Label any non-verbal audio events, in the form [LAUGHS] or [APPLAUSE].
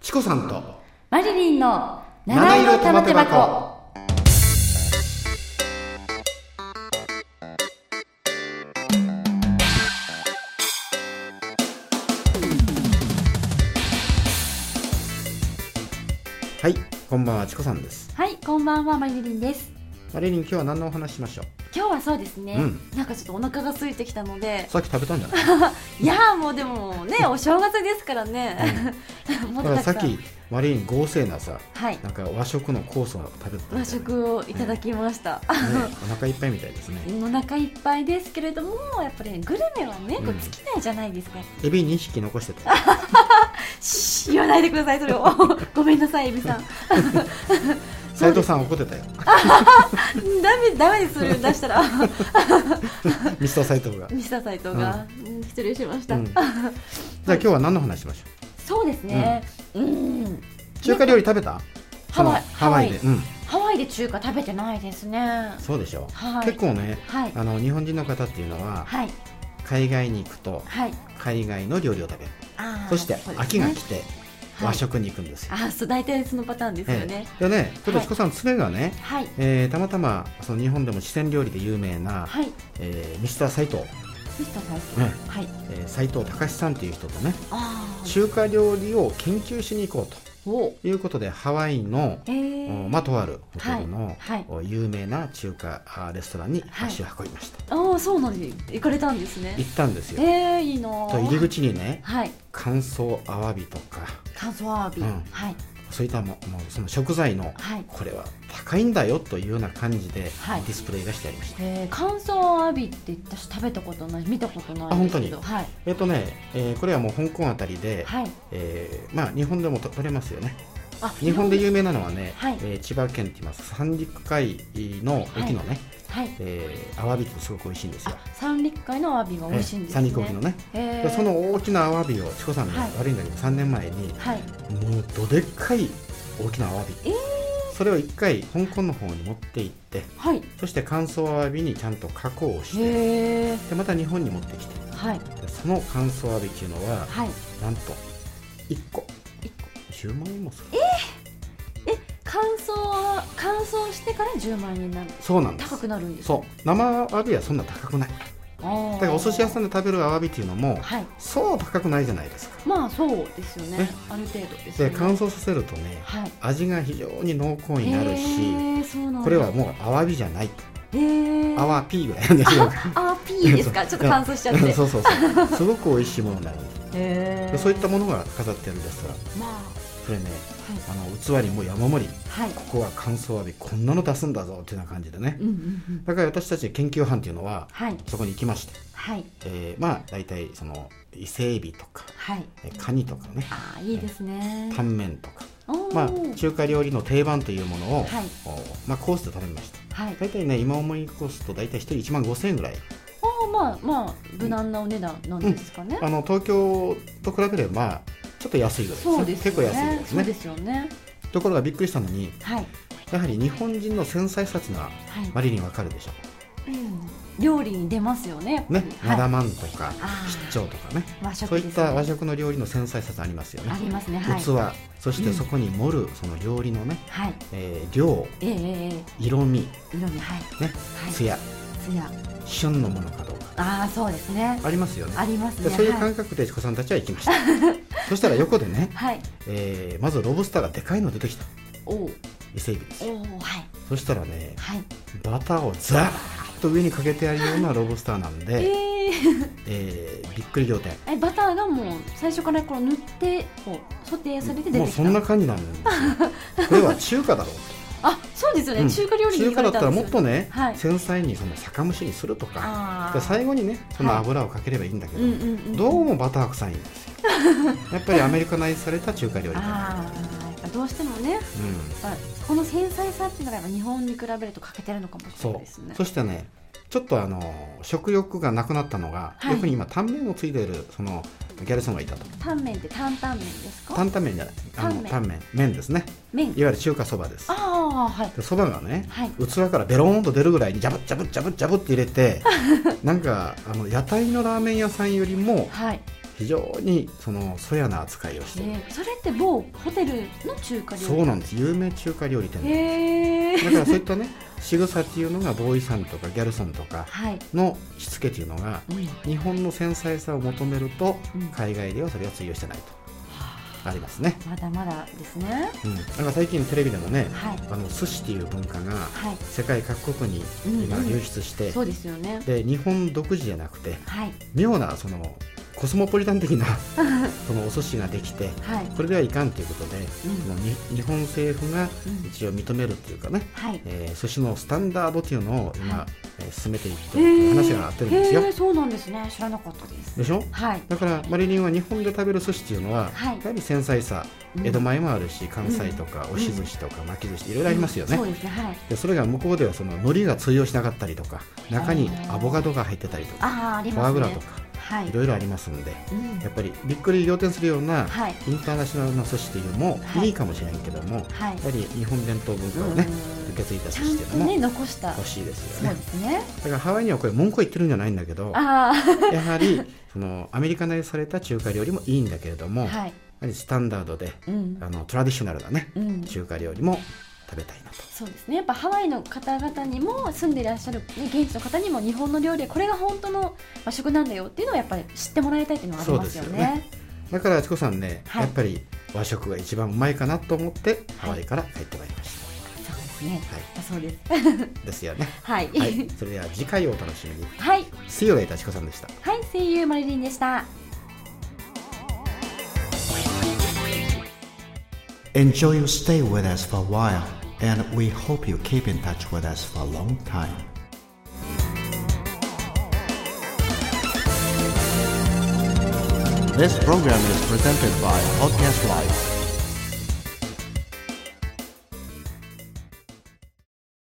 チコさんとマリリンの七色玉手箱。はいこんばんはチコさんですはい、こんばんは、マリリンです。マリリン今日は何のお話しましょ [LAUGHS] 今日はそうですね、うんなんかちょっとお腹が空いてきたのでう、さっき食べたんじゃないいやーもうでも [LAUGHS] ね、お正月ですからね、 [LAUGHS] もだからっとたさくっさんき、マリリン豪勢なさはい、なんか和食のコースを食べてたみ和たいな食をいただきました。ね、お腹いっぱいみたいですねお腹いっぱいですけれども、やっぱりね、グルメはね、こううん尽きないじゃないですか。エビ2匹残してたシー言わないでください、それを。 [LAUGHS] ごめんなさい、エビさん。斉藤さん怒ってた [LAUGHS] よダメ、ダメです、それを出した [LAUGHS] ら。ミスター斉藤が、ミスター斎藤が、うん失礼しました。うんじゃあ今日は何の話しましょそうですね、うん、う中華料理食べたハワイそのハワイでハうんハワイで中華食べてないですね。そうでしょう、はい結構ねはい。あの日本人の方っていうのははい。海外に行くとはい。海外の料理を食べるあーそしてうですね秋が来てはい和食に行くんですよ、ああ、そう、大体そのパターンですよねえ。えでねちょっと彦さん常がね、はい。えーたまたまその日本でも四川料理で有名な、はい。えーミスター斎藤、ミスターさんですうね。んはい。えー斎藤隆さんという人とねああ。中華料理を研究しに行こうお。ということでハワイの、ええおまあとあるホテルの、はいお有名な中華あレストランにはい足を運びました、ああ、そうなんです。行かれたんですね。行ったんですよ、ええいいなー。と入り口にねはい。乾燥アワビとか乾燥アワビ。うんはい。そういったももうその食材のはい。これは高いんだよというような感じでデはいィスプレイがしてありました、えー、乾燥アワビって私食べたことない見たことないんですけどあはいえっ、とね、えーこれはもう香港あたりで、はいえーまあ日本でもと取れますよねあ日本で有名なのはね、はいえー千葉県って言います三陸海の沖のね、はいえーアワビってすごく美味しいんですよあ三陸海のアワビが美味しいんですね、えー三陸沖のね、えでその大きなアワビをチコさんにはい悪いんだけど3年前に、はいもうどでっかい大きなアワビ、えーそれを1回香港の方に持って行ってはいそして乾燥アワビにちゃんと加工をして、へえでまた日本に持ってきてはいでその乾燥アワビっていうのははいなんと1個一10万円もする乾燥は乾燥してから10万円になるそうなんです高くなるんですそう生アワビはそんな高くないあだからお寿司屋さんんで食べるアワビっていうのもはいそう高くないじゃないですかまあそうですよねねある程度ですよでね乾燥させるとねはい味が非常に濃厚になるしへえそうなんだこれはもうアワビじゃないへえアワピーぐらいなんですよあわピー [LAUGHS] ですかちょっと乾燥しちゃってへそうそうそうすごく美味しいものになるんですえでそういったものが飾ってあるレストランまあそれねあの器にもう山盛りはいはいここは乾燥アワビこんなの出すんだぞっていうような感じでねうんうんうんだから私たち研究班っていうのははいそこに行きまして、はいえーまあ大体その伊勢エビとかはいえーカニとかねああいいですねタンメンとか、おーまあ、中華料理の定番というものを、はいおまあ、コースで食べましたはい大体ね今思いコースと大体1人1万5000円ぐらいああまあまあ無難なお値段なんですかね、あの東京と比べればまあちょっと安いぐらいです,、そねうですよ結構ね安いぐらいですそうでねすよねところがびっくりしたのにはいやはり日本人の繊細さっていうのははい、マリリンわかるでしょうん、料理に出ますよねね、はマい、ダマンとかあー出張とかね和食そういでっすねた和食の料理の繊細さってありますよねありますねはい器そしてそこに盛るその料理のね、はいえー量えええええ色味え色味はいねはい艶つや旬のものかどうかああそうですねありますよねありますでねそういうはい感覚でチコさんたちは行きました [LAUGHS] そしたら横でね、はいえーまずロブスターがでかいの出てきたおお伊勢エビですおおはいそしたらねはいバターをザーッと上にかけてあるようなロブスターなんで、えー、えーびっくり仰天えバターがもう最初からこう塗ってこうソテーされて出もてうきたそんな感じなんですよこれは中華だ [LAUGHS] ろうあそうですよね、うん中華料理に中華行だかれったたらんもでっすよとね、はい繊細にその酒蒸しにするとかあであ最後にねその油をかければいいんだけど、うんうんうんどうもバター臭いんです [LAUGHS] よやっぱりアメリカナイズされた中華料理だな、ああやっぱどうしてもねうん、まあ、この繊細さっていうのがやっぱ日本に比べると欠けてるのかもしれそなういですね。そしてねちょっとあの食欲がなくなったのが、はい逆に今タンメンをついてるそのギャルソンがいたとタンメンって担々麺ですか担々麺じゃないあのタタンメン麺ですね麺いわゆる中華そばですああはいでそばがねはい器からベローンと出るぐらいにジャブジャ [LAUGHS] ブジャブジャブって入れてなんかあの屋台のラーメン屋さんよりもはい非常にそのそやな扱いをしている、えーそれって某ホテルの中華料理そうなんです有名中華料理店なんですへえだからそういったね仕草っていうのがボーイさんとかギャルさんとかはい、のしつけっていうのがうん日本の繊細さを求めるとうん海外ではそれは通用してないとありますね、まだまだですねうん、なんか最近テレビでもねはいあの寿司っていう文化がはい世界各国に今うんうん流出して、そうですよねで日本独自じゃなくてはい [LAUGHS] 妙なそのコスモポリタン的なそのお寿司ができてはいこれではいかんということで、うんそのに日本政府がうん一応認めるっていうかね、はいえー寿司のスタンダードっていうのを今、はいえー進めていってるっていう話があってるんですよへー。そうなんですね知らなかったですでしょはいだからマリリンは日本で食べる寿司っていうのは、はいやはり繊細さ、うん江戸前もあるし関西とかうん押し寿司とか巻き寿司っていろいろありますよね、そうですねはいでそれが向こうではその海苔が通用しなかったりとか中にあーアボカドが入ってたりとかああありフまォアすグねラとかはいいろいろありますんでうんやっぱりびっくり仰天するようなはいインターナショナルな寿司というのもはいいいかもしれんけども、はいやはり日本伝統文化をね、うん受け継いだち寿ゃん司ってというのねも残した欲しいですそようねですねだからハワイにはこれ文句は言ってるんじゃないんだけどあやはりそのアメリカナイズされた中華料理もいいんだけれども、あやは [LAUGHS] はいりスタンダードでうんあのトラディショナルなねうん中華料理も食べたいなとそうですねやっぱハワイの方々にも住んでいらっしゃる、ね、現地の方にも日本の料理これが本当のまあ食なんだよっていうのをやっぱり知ってもらいたいっていうのはありますよそうですよねだからあちこさんね、はいやっぱり和食が一番うまいかなと思ってハワイから帰ってまいりましそうですねた、はあそうですい、です [LAUGHS] よねはいははいい、それでは次回をお楽しみにはい、 See you later あちこさんでしたはい、声優マリリンでした Enjoy your stay with us for a while, and we hope you keep in touch with us for a long time. This program is presented by Podcast Life.